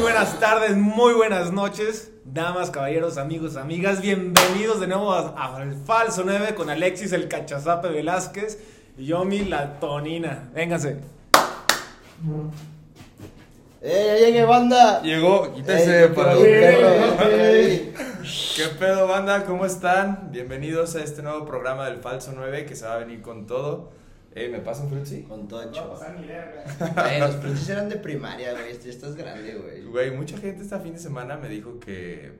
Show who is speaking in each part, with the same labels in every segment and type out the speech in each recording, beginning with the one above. Speaker 1: buenas tardes, muy buenas noches, damas, caballeros, amigos, amigas. Bienvenidos de nuevo a- a- al Falso 9 con Alexis el Cachazape Velázquez y Yomi la Tonina. Vénganse.
Speaker 2: ¡Eh, ya llegué, banda!
Speaker 3: Llegó,
Speaker 2: Ey,
Speaker 3: quítese
Speaker 2: yo
Speaker 3: para
Speaker 2: quiero ir,
Speaker 3: ver.
Speaker 2: perro, yo quiero ir.
Speaker 3: ¿Qué pedo, banda? ¿Cómo están? Bienvenidos a este nuevo programa del Falso 9 que se va a venir con todo. Eh, ¿Me pasan frutzi?
Speaker 2: Con tocho. Güey, los precios eran de primaria, güey. Ya estás grande, güey.
Speaker 3: Güey, mucha gente este fin de semana me dijo que.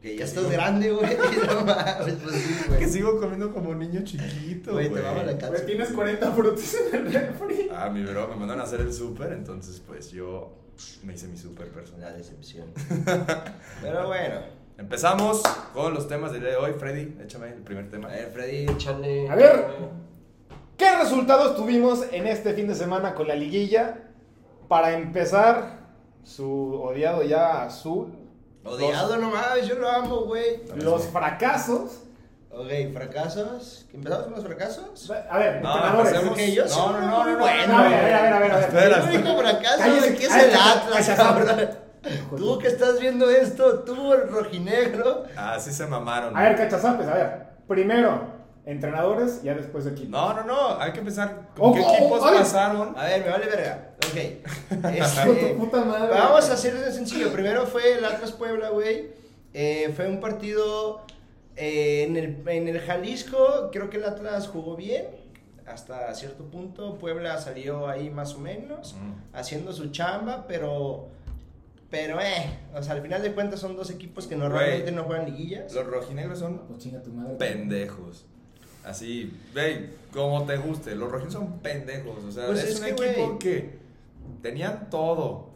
Speaker 2: Que ya estás grande, güey. No mames, pues sí,
Speaker 3: Que
Speaker 2: güey.
Speaker 3: sigo comiendo como niño chiquito, güey.
Speaker 2: Güey, te vamos la
Speaker 4: Güey,
Speaker 2: canción.
Speaker 4: tienes 40 frutas en el refri.
Speaker 3: Ah, mi bro, me mandaron a hacer el súper, entonces pues yo me hice mi súper
Speaker 2: La
Speaker 3: personal.
Speaker 2: decepción. Pero bueno.
Speaker 3: Empezamos con los temas del día de hoy. Freddy, échame el primer tema.
Speaker 2: A ver, Freddy, échale.
Speaker 4: A ver. ¿Qué resultados tuvimos en este fin de semana con la liguilla? Para empezar, su odiado ya azul.
Speaker 2: Odiado nomás, yo lo amo, güey.
Speaker 4: Los, los fracasos.
Speaker 2: Ok, fracasos. ¿Empezamos con los fracasos?
Speaker 4: A ver,
Speaker 3: No,
Speaker 4: entrenadores.
Speaker 3: pasemos.
Speaker 2: Porque yo
Speaker 3: No,
Speaker 2: soy
Speaker 3: no,
Speaker 2: uno
Speaker 3: no,
Speaker 2: muy
Speaker 3: no,
Speaker 2: bueno,
Speaker 4: a ver, a
Speaker 2: güey.
Speaker 4: ver, a ver, a ver.
Speaker 3: Espera,
Speaker 2: El único fracaso
Speaker 4: Cállese,
Speaker 2: de que es
Speaker 4: cállese,
Speaker 2: el Atlas,
Speaker 4: cállese,
Speaker 2: cabrón.
Speaker 4: Hijo de
Speaker 2: Tú
Speaker 4: tu-
Speaker 2: que estás viendo esto, tú, el rojinegro.
Speaker 3: Ah, sí se mamaron.
Speaker 4: A ver, cachazapes, a ver. Primero, entrenadores, ya después equipo.
Speaker 3: No, no, no, hay que pensar con
Speaker 4: Ojo,
Speaker 3: qué equipos
Speaker 4: Oh, ay.
Speaker 3: pasaron.
Speaker 2: A ver, me vale verga. Ok.
Speaker 4: Hijo de
Speaker 2: Este,
Speaker 4: tu puta madre.
Speaker 2: vamos a hacerlo sencillo. Primero fue el Atlas Puebla, güey. Eh, fue un partido eh, en, el, en el Jalisco. Creo que el Atlas jugó bien. Hasta cierto punto. Puebla salió ahí más o menos.
Speaker 3: Mm.
Speaker 2: Haciendo su chamba, pero. Pero, eh. O sea, al final de cuentas son dos equipos que
Speaker 3: Güey.
Speaker 2: normalmente no juegan liguillas.
Speaker 3: Los rojinegros son
Speaker 4: Pues chinga tu madre.
Speaker 3: pendejos. Así, güey, como te guste. Los rojinegros son pendejos. O sea,
Speaker 2: Pues
Speaker 3: es,
Speaker 2: es
Speaker 3: un
Speaker 2: que,
Speaker 3: equipo
Speaker 2: güey.
Speaker 3: que tenían todo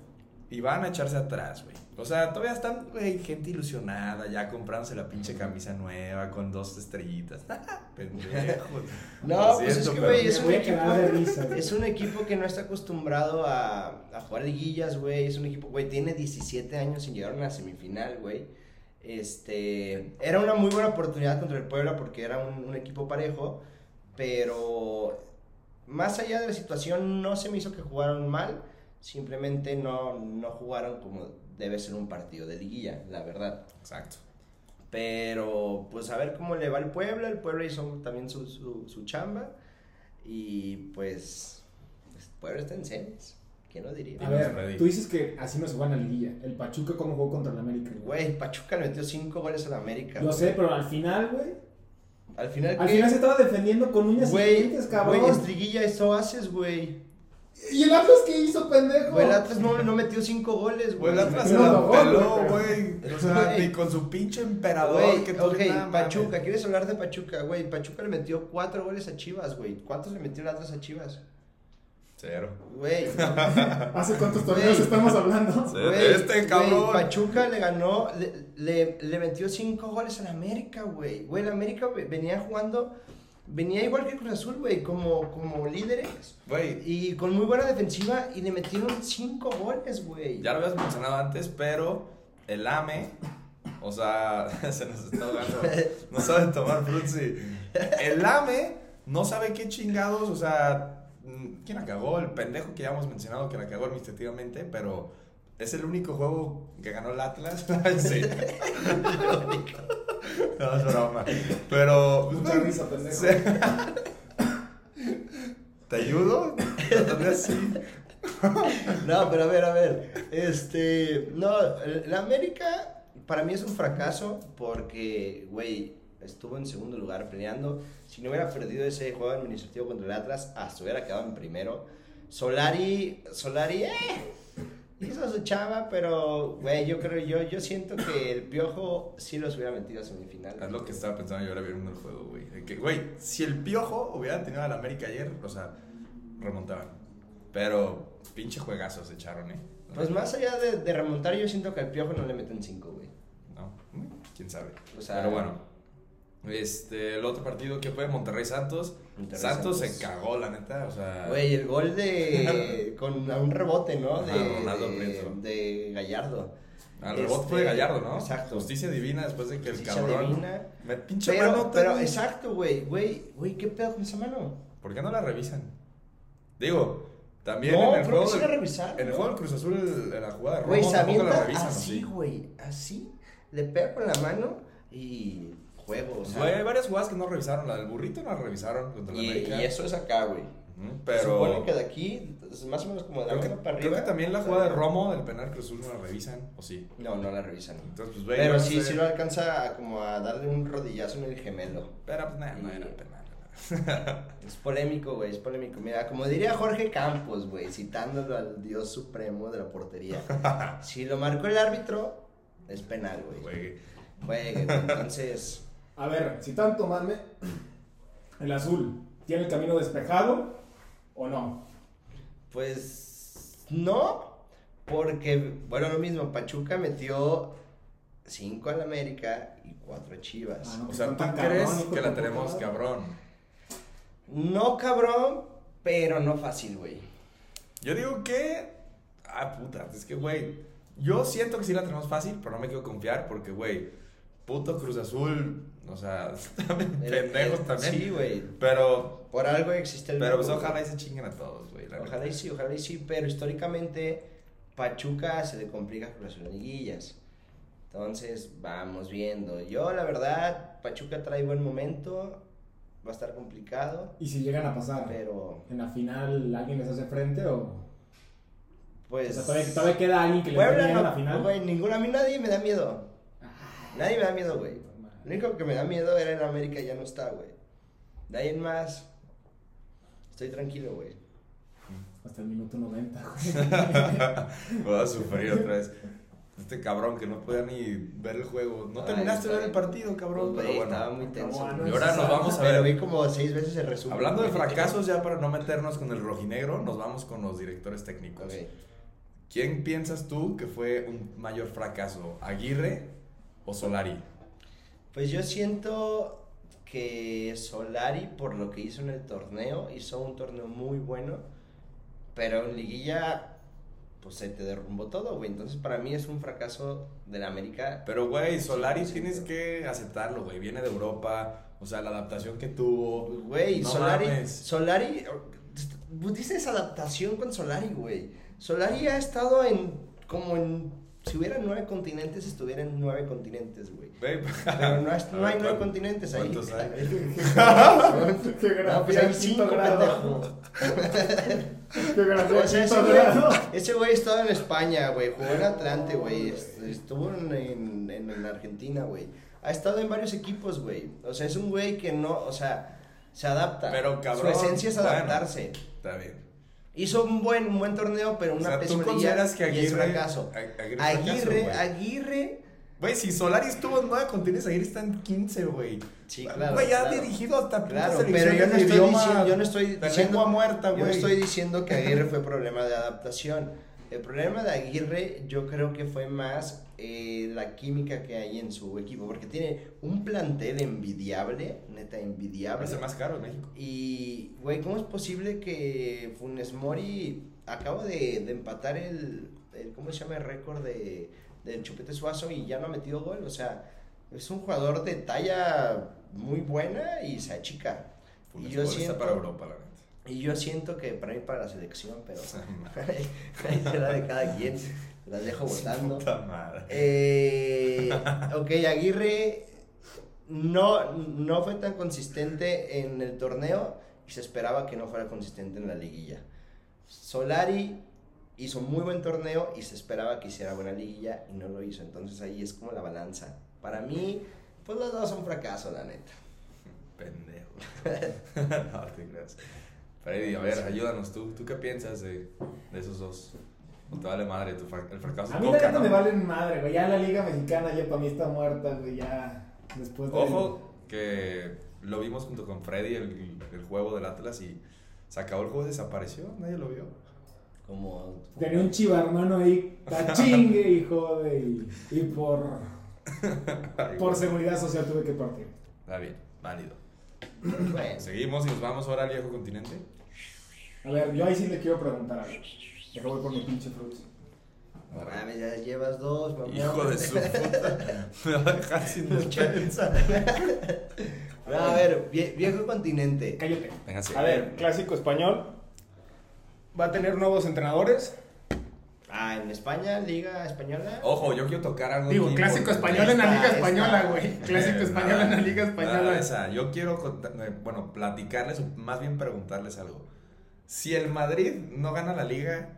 Speaker 3: y van a echarse atrás, güey. O sea, todavía están, güey, gente ilusionada, ya comprándose la pinche camisa nueva con dos estrellitas. Ah, pendejos.
Speaker 2: No,
Speaker 3: Lo
Speaker 2: pues
Speaker 3: siento,
Speaker 2: es que,
Speaker 3: pero-
Speaker 2: güey, es
Speaker 4: Me
Speaker 2: un
Speaker 4: voy a
Speaker 2: equipo.
Speaker 4: quedar de risas.
Speaker 2: Es un equipo que no está acostumbrado a, a jugar liguillas, güey. Es un equipo, güey, tiene 17 años sin llegar a una semifinal, güey. Este. Era una muy buena oportunidad contra el Puebla porque era un, un equipo parejo. Pero. Más allá de la situación, no se me hizo que jugaron mal. Simplemente no, no jugaron como debe ser un partido de liguilla, la verdad.
Speaker 3: Exacto.
Speaker 2: Pero, pues a ver cómo le va al Puebla. El Puebla hizo también su, su, su chamba. Y pues, pues, Puebla está en semis. ¿Quién lo diría?
Speaker 5: A
Speaker 3: Y los
Speaker 5: ver,
Speaker 3: Reddy.
Speaker 5: tú dices que así no se juega en la liguilla. El Pachuca cómo jugó contra el América. güey.
Speaker 2: Güey, Pachuca le metió 5 goles al América.
Speaker 5: Lo sé, pero al final, güey.
Speaker 2: Al final,
Speaker 5: Al
Speaker 2: ¿qué?
Speaker 5: final se estaba defendiendo con uñas y
Speaker 2: Güey, güey,
Speaker 5: dientes, cabrón.
Speaker 2: Estriguilla, eso haces, güey.
Speaker 5: ¿Y el Atlas qué hizo, pendejo?
Speaker 2: Güey, el Atlas no, no metió 5 goles, güey.
Speaker 3: Güey, el Atlas se
Speaker 5: No,
Speaker 3: Pues la
Speaker 5: no,
Speaker 3: peló,
Speaker 5: no,
Speaker 3: güey. O sea,
Speaker 2: Güey.
Speaker 3: ni con su pinche emperador.
Speaker 2: Güey,
Speaker 3: que tú-
Speaker 2: ok,
Speaker 3: nada,
Speaker 2: Pachuca,
Speaker 3: mames.
Speaker 2: ¿quieres hablar de Pachuca? Güey, Pachuca le metió 4 goles a Chivas, güey. ¿Cuántos le metió el Atlas a Chivas?
Speaker 3: Cero.
Speaker 2: Güey,
Speaker 5: ¿Hace cuántos torneos
Speaker 2: Güey.
Speaker 5: estamos hablando?
Speaker 3: Sí.
Speaker 2: Güey,
Speaker 3: Este
Speaker 2: güey,
Speaker 3: cabrón.
Speaker 2: Pachuca le ganó, le, le, le metió 5 goles al América, güey. Güey, el América ve- venía jugando, venía igual que Cruz Azul, güey, como, como líderes.
Speaker 3: Güey,
Speaker 2: Y con muy buena defensiva y le metieron 5 goles, güey.
Speaker 3: Ya lo habías mencionado antes, pero el AME, o sea, se nos está ahogando. No sabe tomar frutzi. El AME no sabe qué chingados, o sea, mm, ¿quién la cagó? El pendejo que ya hemos mencionado que la cagó administrativamente, pero es el único juego que ganó el Atlas. sí. no, es broma. Pero.
Speaker 5: Mucha risa, pendejo.
Speaker 3: se- ¿Te ayudo? Trataré así.
Speaker 2: No, pero a ver, a ver. Este, no, el- la América para mí es un fracaso porque, güey, estuvo en segundo lugar peleando. Si no hubiera perdido ese juego administrativo contra el Atlas, hasta hubiera quedado en primero. Solari, Solari, eh, hizo su chava, pero, güey, yo creo, yo, yo siento que el Piojo sí los hubiera metido a semifinal.
Speaker 3: Es lo que estaba pensando yo ahora viendo el juego, güey. De que, Güey, si el piojo hubiera tenido al América ayer, o sea, remontaban. Pero pinche juegazos echaron, ¿eh?
Speaker 2: Pues más allá de, de remontar, yo siento que al Piojo no le meten cinco, güey.
Speaker 3: No, mm, quién sabe.
Speaker 2: O sea-
Speaker 3: Pero bueno, este, el otro partido que fue Monterrey Santos.
Speaker 2: Monterrey
Speaker 3: Santos se
Speaker 2: Santos.
Speaker 3: cagó, la neta, o sea.
Speaker 2: Güey, el gol de. con un rebote, ¿no?
Speaker 3: Ajá,
Speaker 2: De,
Speaker 3: Ronaldo
Speaker 2: de-
Speaker 3: Prieto.
Speaker 2: de Gallardo.
Speaker 3: Al rebote
Speaker 2: este,
Speaker 3: fue de Gallardo, ¿no?
Speaker 2: exacto.
Speaker 3: Justicia divina después de que el
Speaker 2: Justicia
Speaker 3: cabrón.
Speaker 2: divina.
Speaker 3: Me pinche
Speaker 2: Pero,
Speaker 3: manota,
Speaker 2: pero,
Speaker 3: güey.
Speaker 2: exacto, güey, güey, güey, ¿qué pedo con esa mano?
Speaker 3: ¿Por qué no la revisan? Digo, También
Speaker 2: No,
Speaker 3: en
Speaker 2: creo
Speaker 3: el juego
Speaker 2: que sí
Speaker 3: del-
Speaker 2: la revisaron.
Speaker 3: En el juego del Cruz Azul, el- en la jugada de
Speaker 2: Güey,
Speaker 3: Romo,
Speaker 2: se
Speaker 3: tampoco la
Speaker 2: avienta
Speaker 3: revisan
Speaker 2: así,
Speaker 3: así.
Speaker 2: güey. Así. Le pega con la mano y juego. O sea,
Speaker 3: Güey, hay varias jugadas que no revisaron. La del burrito no la revisaron contra la
Speaker 2: y,
Speaker 3: América.
Speaker 2: y eso es acá, güey.
Speaker 3: Ujú,
Speaker 2: Se supone
Speaker 3: Pero
Speaker 2: que de aquí, es más o menos como de la
Speaker 3: creo que,
Speaker 2: mano para
Speaker 3: creo
Speaker 2: arriba.
Speaker 3: que también la jugada de Romo del penal Cruz Azul no la revisan, o sí.
Speaker 2: No, no la revisan.
Speaker 3: Entonces, pues, güey,
Speaker 2: Pero
Speaker 3: yo no
Speaker 2: sí,
Speaker 3: sé.
Speaker 2: sí lo alcanza a, como a darle un rodillazo en el gemelo.
Speaker 3: Pero pues nada, no
Speaker 2: Y-
Speaker 3: era penal.
Speaker 2: Es polémico, güey, es polémico. Mira, como diría Jorge Campos, güey, citándolo al dios supremo de la portería. si lo marcó el árbitro, es penal, güey.
Speaker 3: Güey,
Speaker 2: Güey, entonces...
Speaker 5: A ver, si tanto mame, el azul, ¿tiene el camino despejado o no?
Speaker 2: Pues no, porque, bueno, lo mismo, Pachuca metió 5 al América y 4 a Chivas.
Speaker 5: Ah,
Speaker 2: no.
Speaker 5: no.
Speaker 3: O sea, ¿tú
Speaker 5: Tan cabrón,
Speaker 3: crees
Speaker 5: hijo
Speaker 3: que
Speaker 5: de
Speaker 3: la
Speaker 5: puta
Speaker 3: tenemos
Speaker 5: madre.
Speaker 3: cabrón?
Speaker 2: cabrón, pero no fácil, güey.
Speaker 3: Yo digo que. Ah, puta, es que, güey. Yo siento que sí la tenemos fácil, pero no me quiero confiar porque, güey, puto Cruz Azul. O sea, también
Speaker 2: El-
Speaker 3: pendejos
Speaker 2: el-
Speaker 3: también.
Speaker 2: Eh, Sí, güey.
Speaker 3: Pero,
Speaker 2: Por algo existe el...
Speaker 3: pero pues
Speaker 2: grupo,
Speaker 3: ojalá
Speaker 2: güey.
Speaker 3: y se chinguen a todos, güey. la
Speaker 2: Ojalá y
Speaker 3: neta.
Speaker 2: sí, ojalá y sí, pero históricamente Pachuca se le complica con las liguillas. Entonces, vamos viendo. Yo, la verdad, Pachuca trae buen momento, va a estar complicado,
Speaker 5: Y si llegan a pasar,
Speaker 2: pero...
Speaker 5: en la final alguien les hace frente o. O
Speaker 2: Pues...
Speaker 5: sea, todavía, todavía queda alguien que le dé
Speaker 2: Puebla
Speaker 5: miedo
Speaker 2: no,
Speaker 5: a la final.
Speaker 2: güey, ninguna, a mí nadie me da miedo. Nadie me da miedo, güey. Lo único que me da miedo era el América y ya no está, güey. De ahí en más, estoy tranquilo, güey.
Speaker 5: Hasta el minuto 90, güey.
Speaker 3: Voy a sufrir otra vez. Este cabrón que no podía ni ver el juego. No
Speaker 2: Ay,
Speaker 3: terminaste de ver
Speaker 2: está- Pues,
Speaker 3: el partido, cabrón.
Speaker 2: Güey,
Speaker 3: Pues, Pero
Speaker 2: estaba
Speaker 3: bueno.
Speaker 2: muy tenso.
Speaker 5: Bueno,
Speaker 3: Y ahora nos vamos a
Speaker 2: Pero
Speaker 3: ver.
Speaker 2: vi como seis veces el resumen.
Speaker 3: Hablando de
Speaker 2: güey.
Speaker 3: fracasos, ya para no meternos con el rojinegro, nos vamos con los directores técnicos.
Speaker 2: Ok.
Speaker 3: ¿Quién piensas tú que fue un mayor fracaso? ¿Aguirre o Solari?
Speaker 2: Pues yo siento que Solari, por lo que hizo en el torneo, hizo un torneo muy bueno, pero en liguilla, pues se te derrumbó todo, güey. Entonces, para mí es un fracaso del América
Speaker 3: Pero, güey, Solari
Speaker 2: sí,
Speaker 3: tienes
Speaker 2: sí.
Speaker 3: que aceptarlo, güey. Viene de Europa. O sea, la adaptación que tuvo.
Speaker 2: Güey,
Speaker 3: No
Speaker 2: Solari.
Speaker 3: mames.
Speaker 2: Solari. Dices adaptación con Solari, güey. Solari ha estado en. como en. Si hubiera nueve continentes, estuviera en nueve continentes, güey.
Speaker 3: Güey,
Speaker 2: Pero no, es-
Speaker 3: a
Speaker 2: no
Speaker 3: ver,
Speaker 2: hay nueve
Speaker 3: ¿cuán-
Speaker 2: continentes ahí.
Speaker 3: cuántos hay?
Speaker 2: no, pues hay cinco, pendejo. O sea, ese güey, ese güey estaba en España, güey. Jugó en Atlante, güey. est- Estuvo en, en, en- en Argentina, güey. Ha estado en varios equipos, güey. O sea, es un güey que no, o sea, se adapta.
Speaker 3: Pero,
Speaker 2: Su
Speaker 3: cabrón,
Speaker 2: esencia es
Speaker 3: bueno.
Speaker 2: adaptarse.
Speaker 3: Está bien.
Speaker 2: Hizo un buen, un buen torneo, pero una
Speaker 3: o sea, ¿tú
Speaker 2: pésima
Speaker 3: consideras que
Speaker 2: liga y
Speaker 3: Aguirre.
Speaker 2: es fracaso.
Speaker 3: A- Aguirre, fracaso,
Speaker 2: Aguirre,
Speaker 3: güey?
Speaker 2: Aguirre.
Speaker 3: Güey, si Solari estuvo en 9 continentes, Aguirre está en 15, güey.
Speaker 2: Sí, claro,
Speaker 3: Güey, ya ha
Speaker 2: claro.
Speaker 3: dirigido hasta putas
Speaker 2: Claro, pero
Speaker 3: selecciones
Speaker 2: yo no estoy
Speaker 3: de este idioma,
Speaker 2: diciendo, yo no estoy
Speaker 3: de
Speaker 2: diciendo-
Speaker 3: lengua muerta,
Speaker 2: yo
Speaker 3: güey.
Speaker 2: no estoy diciendo que Aguirre fue problema de adaptación. El problema de Aguirre yo creo que fue más eh, la química que hay en su equipo, porque tiene un plantel envidiable, neta
Speaker 3: Va
Speaker 2: envidiable.
Speaker 3: a ser más caro en México.
Speaker 2: Y, güey, ¿cómo es posible que Funes Mori acaba de, de empatar el, el- ¿cómo se llama? El récord de, del Chupete Suazo y ya no ha metido gol. O sea, es un jugador de talla muy buena y se achica.
Speaker 3: Funes
Speaker 2: y, yo
Speaker 3: Mori
Speaker 2: siento,
Speaker 3: Pues está para Europa, la neta.
Speaker 2: y yo siento que para mí para la selección, pero ahí será de cada quien. Las dejo votando.
Speaker 3: Puta madre.
Speaker 2: Eh, ok, Aguirre no, no fue tan consistente en el torneo y se esperaba que no fuera consistente en la liguilla. Solari hizo muy buen torneo y se esperaba que hiciera buena liguilla y no lo hizo. Entonces ahí es como la balanza. Para mí, pues los dos son fracaso, la neta.
Speaker 3: Pendejo. no te creas. Freddy, a ver, ayúdanos tú. ¿Tú qué piensas de, de esos dos? ¿O te vale madre tu fra- el fracaso?
Speaker 5: A mí la
Speaker 3: Coca,
Speaker 5: neta
Speaker 3: ¿no?
Speaker 5: me valen madre, güey. Ya la Liga Mexicana ya para mí está muerta, güey. Ya después de.
Speaker 3: Ojo que lo vimos junto con Freddy el, el juego del Atlas y se acabó el juego, desapareció, nadie lo vio.
Speaker 2: Como...
Speaker 5: Tenía un chiva hermano ahí, cachingue, hijo de. Y, y por,
Speaker 3: Ay,
Speaker 5: por
Speaker 3: güey.
Speaker 5: seguridad social tuve que partir.
Speaker 3: Está bien, válido.
Speaker 2: Bueno,
Speaker 3: Seguimos y nos vamos ahora al viejo continente.
Speaker 5: A ver, yo ahí sí le quiero preguntar algo. Deja voy por mi pinche fruta.
Speaker 2: no mames, ya llevas dos, mamón.
Speaker 3: Hijo de su puta. Me va a dejar sin despensa.
Speaker 2: No, a ver, vie- viejo continente.
Speaker 5: Cállate.
Speaker 3: Venga, sí.
Speaker 4: A ver, clásico español.
Speaker 1: va a tener nuevos entrenadores.
Speaker 2: Ah, en España, Liga Española.
Speaker 3: Ojo, yo quiero tocar algo.
Speaker 5: Digo, clásico español en la
Speaker 2: Esta,
Speaker 5: Liga
Speaker 2: esta.
Speaker 5: Española, güey. Clásico español en la Liga Española.
Speaker 3: Esa. Yo quiero, contar- eh, bueno, platicarles, o más bien preguntarles algo. Si el Madrid no gana la liga,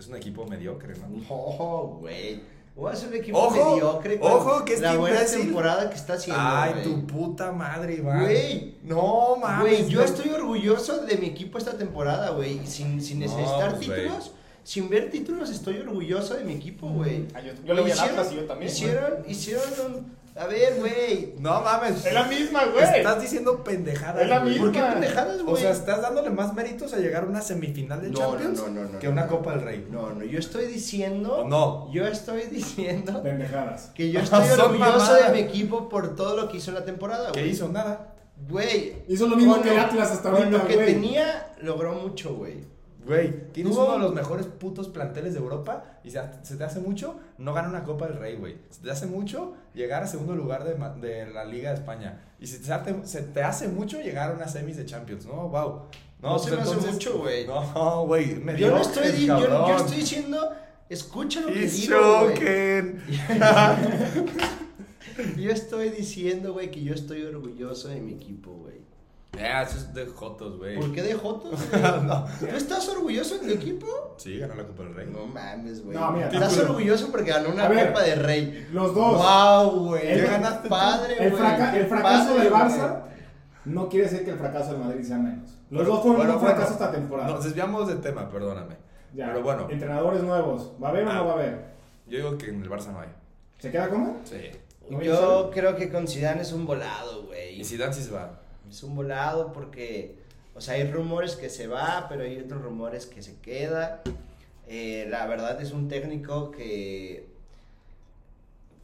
Speaker 3: es un equipo mediocre, ¿no?
Speaker 2: No, güey. O es un equipo
Speaker 3: Ojo,
Speaker 2: mediocre. con
Speaker 3: ojo, que este
Speaker 2: La buena
Speaker 3: imbécil-
Speaker 2: temporada que está haciendo.
Speaker 3: Ay,
Speaker 2: güey.
Speaker 3: tu puta madre, Iván.
Speaker 2: Güey.
Speaker 3: No mames.
Speaker 2: Güey, yo
Speaker 3: no.
Speaker 2: estoy orgulloso de mi equipo esta temporada, güey. Sin, sin
Speaker 3: No,
Speaker 2: necesitar
Speaker 3: pues, güey.
Speaker 2: títulos, sin ver títulos, estoy orgulloso de mi equipo, güey.
Speaker 4: Ah, yo- yo le voy al Atlas y yo también, güey.
Speaker 2: Hicieron, hicieron un... A ver, güey.
Speaker 3: No mames.
Speaker 5: Es la misma, güey.
Speaker 3: Estás diciendo pendejadas.
Speaker 5: Es la
Speaker 3: güey.
Speaker 5: misma.
Speaker 2: ¿Por qué pendejadas, güey?
Speaker 3: O sea, estás dándole más méritos a llegar a una semifinal de
Speaker 2: No,
Speaker 3: Champions
Speaker 2: no, no, no, no,
Speaker 3: que
Speaker 2: no.
Speaker 3: una Copa del Rey.
Speaker 2: No, no, yo estoy diciendo...
Speaker 3: No.
Speaker 2: Yo estoy diciendo
Speaker 5: Pendejadas.
Speaker 2: que yo estoy
Speaker 3: Son
Speaker 2: orgulloso
Speaker 3: mamadas.
Speaker 2: de mi equipo por todo lo que hizo en la temporada,
Speaker 3: ¿Qué
Speaker 2: güey.
Speaker 3: hizo? Nada.
Speaker 2: Güey.
Speaker 5: Hizo lo mismo
Speaker 2: con
Speaker 5: que el Atlas hasta
Speaker 2: con
Speaker 5: ahorita,
Speaker 2: lo que
Speaker 5: güey.
Speaker 2: tenía, logró mucho, güey.
Speaker 3: Güey, tienes
Speaker 2: Tuvo-
Speaker 3: uno de los mejores putos planteles de Europa y se, se te hace mucho no gana una Copa del Rey, güey. Se te hace mucho llegar a segundo lugar de, ma- de la Liga de España. Y se te, hace, se te hace mucho llegar a unas semis de Champions, ¿no? Wow.
Speaker 2: No
Speaker 3: No, pues
Speaker 2: se me hace mucho, güey.
Speaker 3: No, güey. me
Speaker 2: Yo
Speaker 3: dio
Speaker 2: no estoy
Speaker 3: el
Speaker 2: di- yo, yo
Speaker 3: cabrón.
Speaker 2: estoy diciendo, escucha lo que
Speaker 3: He's
Speaker 2: digo, güey.
Speaker 3: joking.
Speaker 2: Yo estoy diciendo, güey, que yo estoy orgulloso de mi equipo, güey.
Speaker 3: Eh, eso es de Jotos, güey.
Speaker 2: ¿Por qué de Jotos?
Speaker 3: No.
Speaker 2: ¿Tú estás orgulloso de tu equipo?
Speaker 3: Sí, ganó la Copa del Rey.
Speaker 2: No mames, güey.
Speaker 5: No, mira,
Speaker 2: estás
Speaker 5: título.
Speaker 2: orgulloso porque ganó una
Speaker 5: A ver,
Speaker 2: Copa de Rey.
Speaker 5: Los dos.
Speaker 2: Wow, güey.
Speaker 5: El-
Speaker 2: Qué ganaste padre, güey.
Speaker 5: El, fraca- el
Speaker 2: Qué
Speaker 5: fracaso
Speaker 2: padre,
Speaker 5: del
Speaker 2: güey.
Speaker 5: Barça no quiere decir que el fracaso del Madrid sea menos. Los dos fueron
Speaker 3: Bueno,
Speaker 5: un
Speaker 3: bueno,
Speaker 5: fracaso esta temporada.
Speaker 3: Nos desviamos de tema, perdóname.
Speaker 5: Ya.
Speaker 3: Pero bueno,
Speaker 5: Entrenadores nuevos. ¿Va a haber o
Speaker 3: Ah.
Speaker 5: no va a haber?
Speaker 3: yo digo que en el Barça no hay.
Speaker 5: ¿Se queda como?
Speaker 3: Sí.
Speaker 5: ¿No voy a
Speaker 2: Yo
Speaker 5: hacer?
Speaker 2: creo que con Zidane es un volado, güey.
Speaker 3: Y Zidane sí se va.
Speaker 2: Es un volado porque, o sea, hay rumores que se va, pero hay otros rumores que se queda. Eh, la verdad es un técnico que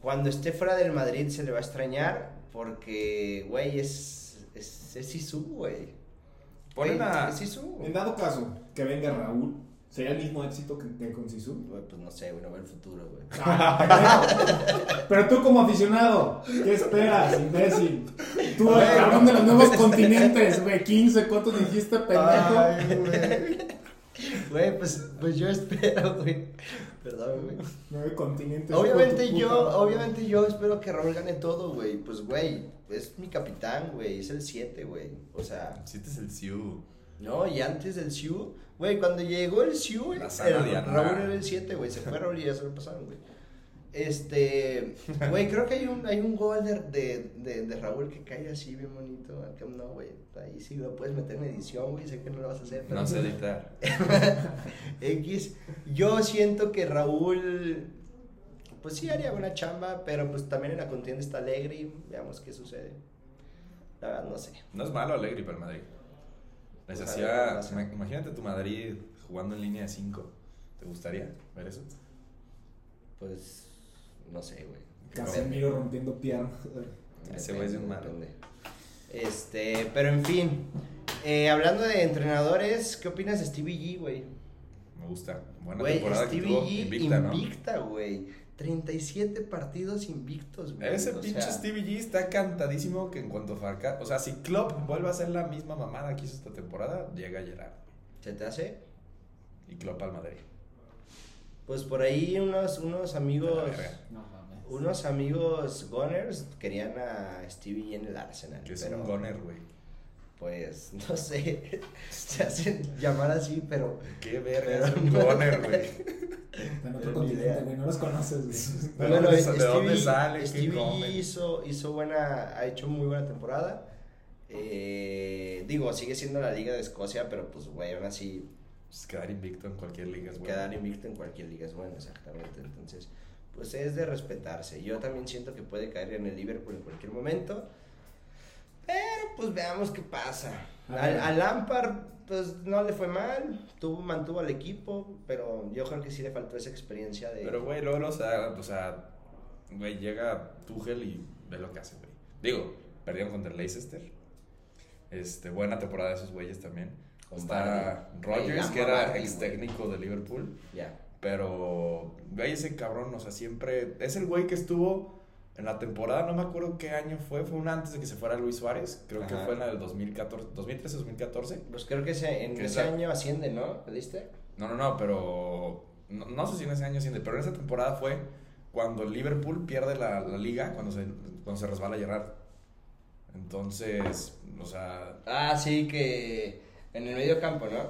Speaker 2: cuando esté fuera del Madrid se le va a extrañar porque, güey, es, es, es Isu, güey.
Speaker 3: Ponen
Speaker 2: Güey,
Speaker 3: a.
Speaker 2: Es Isu.
Speaker 5: En dado caso que venga Raúl, ¿sería el mismo éxito que, que con Sisu?
Speaker 2: Güey, pues no sé, güey, no veo el futuro, güey.
Speaker 5: Pero tú como aficionado, ¿qué esperas, imbécil? Tú, el cabrón de los nuevos
Speaker 2: este-
Speaker 5: continentes, güey, 15, ¿cuántos dijiste, pendejo?
Speaker 2: Güey, pues, pues yo espero, güey. Perdón, güey.
Speaker 5: Nueve continentes.
Speaker 2: Obviamente
Speaker 5: por tu
Speaker 2: yo,
Speaker 5: puta madre.
Speaker 2: obviamente yo espero que Raúl gane todo, güey. Pues, güey, es mi capitán, güey. Es el 7, güey. O sea,
Speaker 3: Sí, este es el Siu.
Speaker 2: no, y antes del Siu, güey, cuando llegó el Siu,
Speaker 3: La
Speaker 2: el-
Speaker 3: sana Diana.
Speaker 2: Raúl era el 7, güey. Se fue Raúl y ya se lo pasaron, güey. Este, güey, creo que hay un, hay un gol de, de, de, de Raúl que cae así bien bonito al Camp Nou, güey. Ahí sí lo puedes meter en edición, güey. Sé que no lo vas a hacer, pero
Speaker 3: No sé editar.
Speaker 2: X. Yo siento que Raúl, pues sí haría buena chamba, pero pues también en la contienda está alegre y veamos qué sucede. La verdad, no sé.
Speaker 3: No es malo Alegre para el Madrid. Les
Speaker 2: Ojalá,
Speaker 3: hacía.
Speaker 2: ojalá.
Speaker 3: ima- Imagínate tu Madrid jugando en línea de 5. ¿Te gustaría ver eso?
Speaker 2: Pues, no sé, güey.
Speaker 5: Casemiro rompiendo piernas.
Speaker 3: Ese güey es un malo.
Speaker 2: Depende. Este, pero en fin. Eh, hablando de entrenadores, ¿qué opinas de Stevie G, güey?
Speaker 3: Me gusta. Buena
Speaker 2: Güey,
Speaker 3: temporada que
Speaker 2: Stevie
Speaker 3: tuvo.
Speaker 2: G
Speaker 3: Invicta, ¿no?
Speaker 2: invicta, güey. 37 partidos invictos, güey.
Speaker 3: Ese
Speaker 2: o
Speaker 3: pinche
Speaker 2: sea,
Speaker 3: Stevie G está cantadísimo que en cuanto Farca. O sea, si Klopp vuelve a hacer la misma mamada que hizo esta temporada, llega Gerard.
Speaker 2: ¿Se te hace?
Speaker 3: Y Klopp al Madrid.
Speaker 2: Pues por ahí unos, unos
Speaker 3: A
Speaker 2: amigos,
Speaker 3: la verga.
Speaker 5: No mames.
Speaker 2: unos amigos Gunners querían a Stevie en el Arsenal,
Speaker 3: Que es
Speaker 2: pero
Speaker 3: un goner, güey.
Speaker 2: pues no sé, se hacen llamar así, pero
Speaker 3: Qué verga es
Speaker 2: Pero-
Speaker 3: un goner, güey.
Speaker 5: Está en otro
Speaker 2: Pero ni idea.
Speaker 5: continente, güey, no los conoces, güey.
Speaker 3: ¿De dónde sa- de dónde sale? ¿Qué
Speaker 2: Stevie
Speaker 3: come?
Speaker 2: hizo, hizo buena, ha hecho muy buena temporada. Eh, digo, sigue siendo la liga de Escocia, pero pues güey, aún así
Speaker 3: Pues quedar invicto en cualquier liga es bueno.
Speaker 2: quedar invicto en cualquier liga es bueno, exactamente. Entonces, pues es de respetarse. Yo también siento que puede caer en el Liverpool en cualquier momento. Pero pues veamos qué pasa.
Speaker 5: A
Speaker 2: Al-
Speaker 5: ver.
Speaker 2: A, Lampard pues no le fue mal, tuvo, mantuvo al equipo, pero yo creo que sí le faltó esa experiencia de...
Speaker 3: Pero, güey, luego, luego, o sea, o sea, güey, llega Tuchel y ve lo que hace, güey. Digo, perdieron contra el Leicester. Este, buena temporada de esos güeyes también.
Speaker 2: Con
Speaker 3: Está
Speaker 2: Vardy.
Speaker 3: Rodgers,
Speaker 2: Güey,
Speaker 3: que
Speaker 2: amo a
Speaker 3: era
Speaker 2: Vardy,
Speaker 3: ex
Speaker 2: güey.
Speaker 3: técnico de Liverpool.
Speaker 2: Ya.
Speaker 3: Pero, güey, ese cabrón, o sea, siempre. Es el güey que estuvo en la temporada, no me acuerdo qué año fue. Fue una antes de que se fuera Luis Suárez. Creo que
Speaker 2: Ajá.
Speaker 3: fue en la del 2014, 2013, 2014.
Speaker 2: Pues creo que ese, en
Speaker 3: Que
Speaker 2: ese
Speaker 3: esa-
Speaker 2: año asciende, ¿no? ¿Perdiste?
Speaker 3: No, no, no, pero. No, no sé si en ese año, sí, pero en esa temporada fue cuando Liverpool pierde la, la liga, cuando se, cuando se resbala Gerrard. Entonces, o sea.
Speaker 2: Ah, sí, que en el medio campo, ¿no?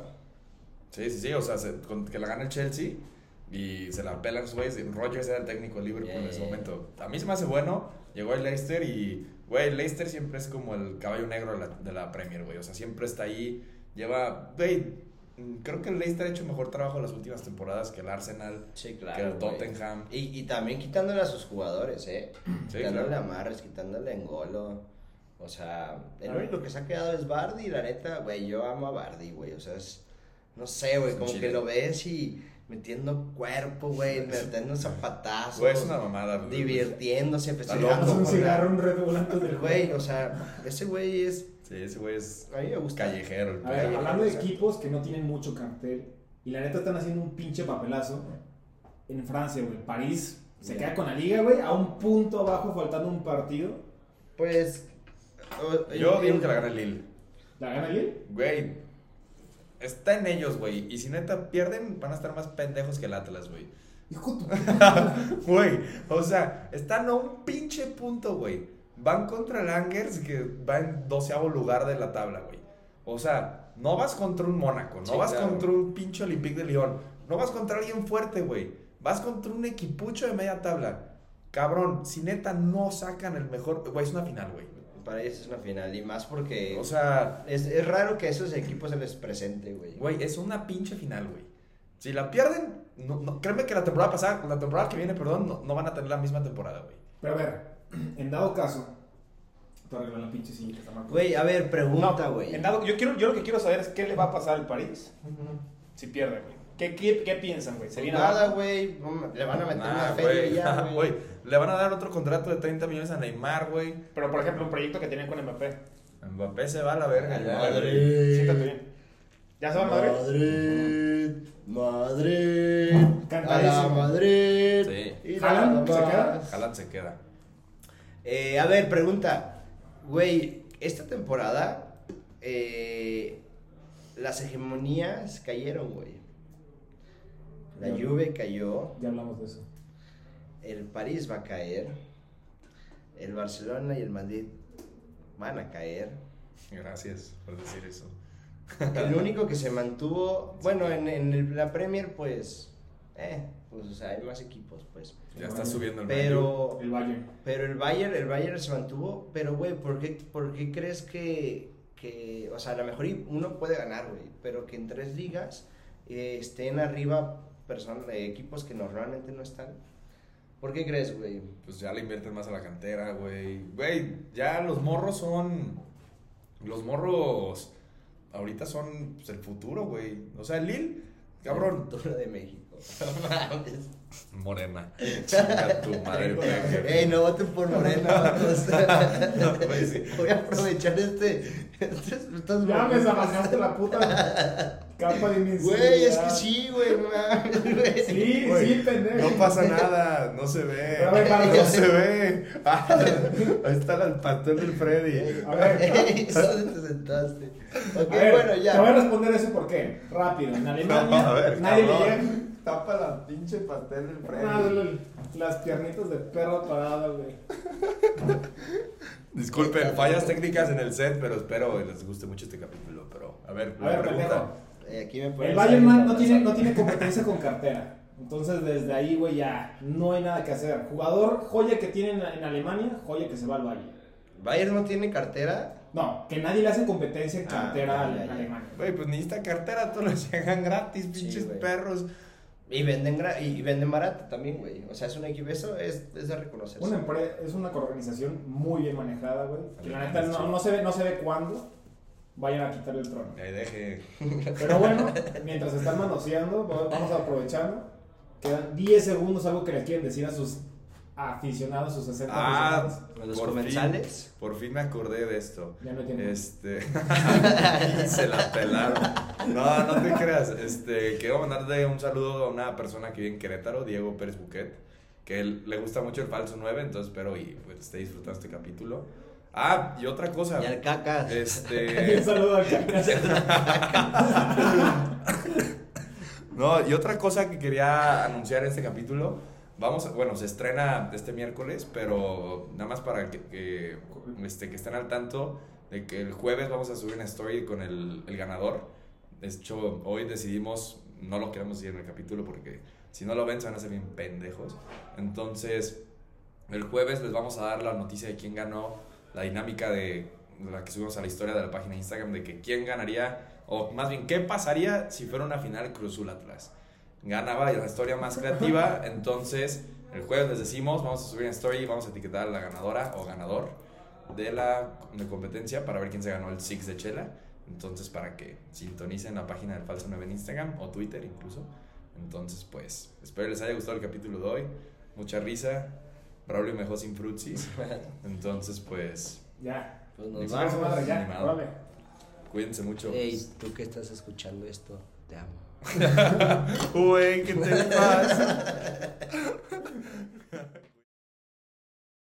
Speaker 3: Sí, sí, sí, o sea, se- con- que la gana el Chelsea y se la pelan sus güeyes. y Rodgers era el técnico de Liverpool en ese
Speaker 2: Yeah.
Speaker 3: momento. A mí se me hace bueno, llegó el Leicester y, güey, el Leicester siempre es como el caballo negro de la, de la Premier, güey. O sea, siempre está ahí, lleva, güey, mm, creo que el Leicester ha hecho mejor trabajo las últimas temporadas que el Arsenal,
Speaker 2: Sí,
Speaker 3: que
Speaker 2: claro.
Speaker 3: el
Speaker 2: güey.
Speaker 3: Tottenham.
Speaker 2: Y, y también quitándole a sus jugadores, ¿eh?
Speaker 3: Sí,
Speaker 2: quitándole
Speaker 3: claro.
Speaker 2: a Marres, quitándole a Engolo. O sea, el
Speaker 5: A ver.
Speaker 2: único que se ha quedado es Bardi, la neta, güey. Yo amo a Bardi, güey. O sea, es. No sé, güey.
Speaker 3: Es un
Speaker 2: Como
Speaker 3: chile.
Speaker 2: que lo ves y metiendo cuerpo, güey. Metiendo zapatazos.
Speaker 3: Güey, es una mamada. güey.
Speaker 2: Divirtiéndose,
Speaker 3: loco,
Speaker 5: Haz
Speaker 2: festejando.
Speaker 5: un
Speaker 2: con la-
Speaker 5: cigarro, un Red Bull antes del
Speaker 2: Güey, o sea, ese güey es.
Speaker 3: Sí, ese güey es
Speaker 2: A mí me gusta.
Speaker 3: callejero. el
Speaker 5: A ver,
Speaker 3: pedo.
Speaker 5: hablando de equipos que no tienen mucho cartel y la neta están haciendo un pinche papelazo en Francia, güey. París se
Speaker 2: Bien.
Speaker 5: queda con la liga, güey, a un punto abajo faltando un partido.
Speaker 2: Pues. o-
Speaker 3: Yo
Speaker 2: en-
Speaker 3: digo que la gana el Lille.
Speaker 5: ¿La gana bien?
Speaker 3: Güey, está en ellos, güey. Y si neta pierden, van a estar más pendejos que el Atlas, güey.
Speaker 5: Hijo de tu
Speaker 3: Güey, o sea, están a un pinche punto, güey. Van contra el Angers, que va en doceavo lugar de la tabla, güey. O sea, no vas contra un Mónaco, no
Speaker 2: Sí,
Speaker 3: vas
Speaker 2: claro.
Speaker 3: contra un pinche Olympique de Lyon, no vas contra alguien fuerte, güey. Vas contra un equipucho de media tabla. Cabrón, si neta no sacan el mejor. Güey, es una final, güey.
Speaker 2: Para ellos es una final. Y más porque.
Speaker 3: O sea,
Speaker 2: es, es raro que a esos equipos se les presente, güey.
Speaker 3: Güey, es una pinche final, güey. Si la pierden, no, no- créeme que la temporada pasada, la temporada que viene, perdón, no, no van a tener la misma temporada, güey.
Speaker 5: Pero a ver, en dado caso, tú arreglas la pinche silla que está mal.
Speaker 2: Güey, a ver, pregunta,
Speaker 4: No,
Speaker 2: güey.
Speaker 4: en dado- yo, quiero, yo lo que quiero saber es qué le va a pasar al París si pierde, güey. ¿Qué, qué, qué piensan, güey? ¿Se
Speaker 2: Pues
Speaker 4: viene
Speaker 2: nada,
Speaker 4: abajo?
Speaker 2: güey. no, Le van a meter
Speaker 3: Nah,
Speaker 2: una feria
Speaker 3: Ah, güey,
Speaker 2: ya,
Speaker 3: nah,
Speaker 2: güey.
Speaker 3: güey. Le van a dar otro contrato de 30 millones a Neymar, güey.
Speaker 4: Pero, por ejemplo, un proyecto que tenían con Mbappé.
Speaker 3: Eh, Mbappé se va a la verga.
Speaker 2: Al
Speaker 3: güey.
Speaker 2: Madrid.
Speaker 4: Siéntate bien. ¿Ya se va a Eh, Madrid?
Speaker 2: Madrid, Madrid, a la
Speaker 5: Cantadísimo.
Speaker 2: Madrid.
Speaker 3: Sí.
Speaker 2: y
Speaker 5: ¿Jalan?
Speaker 2: nada
Speaker 5: ¿Se
Speaker 2: más.
Speaker 5: queda?
Speaker 3: Haaland se queda.
Speaker 2: Eh, a ver, pregunta. Güey, esta temporada eh, las hegemonías cayeron, güey. La
Speaker 5: Ya.
Speaker 2: Juve cayó,
Speaker 5: Ya hablamos de eso.
Speaker 2: el París va a caer, el Barcelona y el Madrid van a caer.
Speaker 3: Gracias por decir eso.
Speaker 2: El único que se mantuvo, bueno, en, en el- la Premier, pues, eh, pues, o sea, hay más equipos, pues.
Speaker 3: Ya está subiendo el Madrid.
Speaker 2: Pero,
Speaker 5: El Bayern.
Speaker 2: pero el Bayern, el Bayern se mantuvo, pero, güey, ¿por qué, por qué crees que, que, o sea, a lo mejor y uno puede ganar, güey, pero que en tres ligas eh, estén arriba personas, eh, equipos que normalmente no están? ¿Por qué crees, güey?
Speaker 3: Pues ya le invierten más a la cantera, güey. Güey, ya los morros son. Los morros. Ahorita son pues, el futuro, güey. O sea, el Lille, cabrón.
Speaker 2: El futuro de México. No mames.
Speaker 3: Morena. Chinga tu madre, güey.
Speaker 2: Ey, no voten por Morena, vatos.
Speaker 3: No, güey, sí.
Speaker 2: Voy a aprovechar este. estos- estos
Speaker 5: pues Ya me
Speaker 2: momentos.
Speaker 5: zapateaste la puta capa de inmensidad.
Speaker 2: Güey, es que sí, güey, no mames, güey.
Speaker 5: Sí,
Speaker 3: Güey,
Speaker 5: sí, pendejo.
Speaker 3: No pasa nada, no se ve.
Speaker 5: Pero a ver, para
Speaker 3: no
Speaker 5: los-
Speaker 3: se ve. Ah, ahí está el pastel del Freddy.
Speaker 5: A ver,
Speaker 2: Ey, ¿Dónde te sentaste?
Speaker 5: a
Speaker 2: Ok,
Speaker 5: ver,
Speaker 2: bueno,
Speaker 5: te voy a
Speaker 2: ya.
Speaker 5: responder eso por qué. Rápido, en Alemania
Speaker 3: No, a ver,
Speaker 5: nadie le llega.
Speaker 3: cabrón. Tapa la pinche pastel del
Speaker 5: Ah, lol, las piernitas de perro parada, güey.
Speaker 3: Disculpen, fallas técnicas en el set, pero espero que les guste mucho este capítulo. Pero, a ver,
Speaker 5: A ver, pendejo.
Speaker 2: Eh, aquí me
Speaker 5: El
Speaker 2: pones
Speaker 5: Bayern
Speaker 2: ahí
Speaker 5: man,
Speaker 2: la
Speaker 5: no, tiene, no
Speaker 2: razón.
Speaker 5: tiene competencia con cartera. Entonces, desde ahí, güey, ya no hay nada que hacer. Jugador, joya que tienen en Alemania, joya que se va al Bayern.
Speaker 2: Bayern no tiene cartera.
Speaker 5: No, que nadie le hace competencia en
Speaker 2: Ah,
Speaker 5: cartera
Speaker 2: ya,
Speaker 5: a
Speaker 2: ya.
Speaker 5: Alemania.
Speaker 3: Güey, pues ni esta cartera, todos los llegan gratis, pinches
Speaker 2: güey.
Speaker 3: perros.
Speaker 2: Y venden, gra- y y venden barato también, güey. O sea, es un equipo, eso es, es de reconocerse.
Speaker 5: Una empre- es una organización muy bien manejada, güey. Que la neta
Speaker 3: Sí.
Speaker 5: no, no se ve, no se ve cuándo vayan a quitarle el trono.
Speaker 3: Ahí deje.
Speaker 5: Pero bueno, mientras están manoseando, va- vamos aprovechando. Quedan 10 segundos, algo que les quieren decir a sus aficionados, sus 60 aficionados.
Speaker 3: Ah,
Speaker 2: Los
Speaker 3: por
Speaker 2: comensales.
Speaker 3: Fin, por fin me acordé de esto.
Speaker 5: Ya no tienen.
Speaker 3: Este. se la pelaron. No, no te creas. Este, quiero mandarle un saludo a una persona que vive en Querétaro, Diego Pérez Buquet, que él- le gusta mucho el falso 9, entonces espero y pues, esté disfrutando este capítulo. Ah, y otra cosa.
Speaker 2: Y al caca.
Speaker 3: Eh.
Speaker 5: Un
Speaker 3: Este.
Speaker 5: saludo al Cacas.
Speaker 3: No, y otra cosa que quería anunciar en este capítulo, vamos, a- bueno, se estrena este miércoles, pero nada más para que, que, este, que estén al tanto de que el jueves vamos a subir una story con el, el ganador. De hecho, hoy decidimos, no lo queremos decir en el capítulo porque si no lo ven se van a hacer bien pendejos. Entonces, el jueves les vamos a dar la noticia de quién ganó, la dinámica de la que subimos a la historia de la página de Instagram, de que quién ganaría, o más bien, qué pasaría si fuera una final Cruzul Atlas. Ganaba la historia más creativa, entonces el jueves les decimos, vamos a subir una story, vamos a etiquetar a la ganadora o ganador de la de competencia para ver quién se ganó el Six de Chela. Entonces, para que sintonicen la página del Falso 9 en Instagram o Twitter incluso. Entonces, pues, espero les haya gustado el capítulo de hoy. Mucha risa. Braulio me dejó sin frutsis. Entonces, pues,
Speaker 5: Ya.
Speaker 2: Pues
Speaker 3: Ni
Speaker 2: nos
Speaker 3: siquiera
Speaker 2: vamos.
Speaker 5: Vamos, madre, ya.
Speaker 3: animado.
Speaker 5: órale.
Speaker 3: cuídense mucho.
Speaker 2: Ey, tú que estás escuchando esto, te amo.
Speaker 3: Güey, ¿qué te pasa?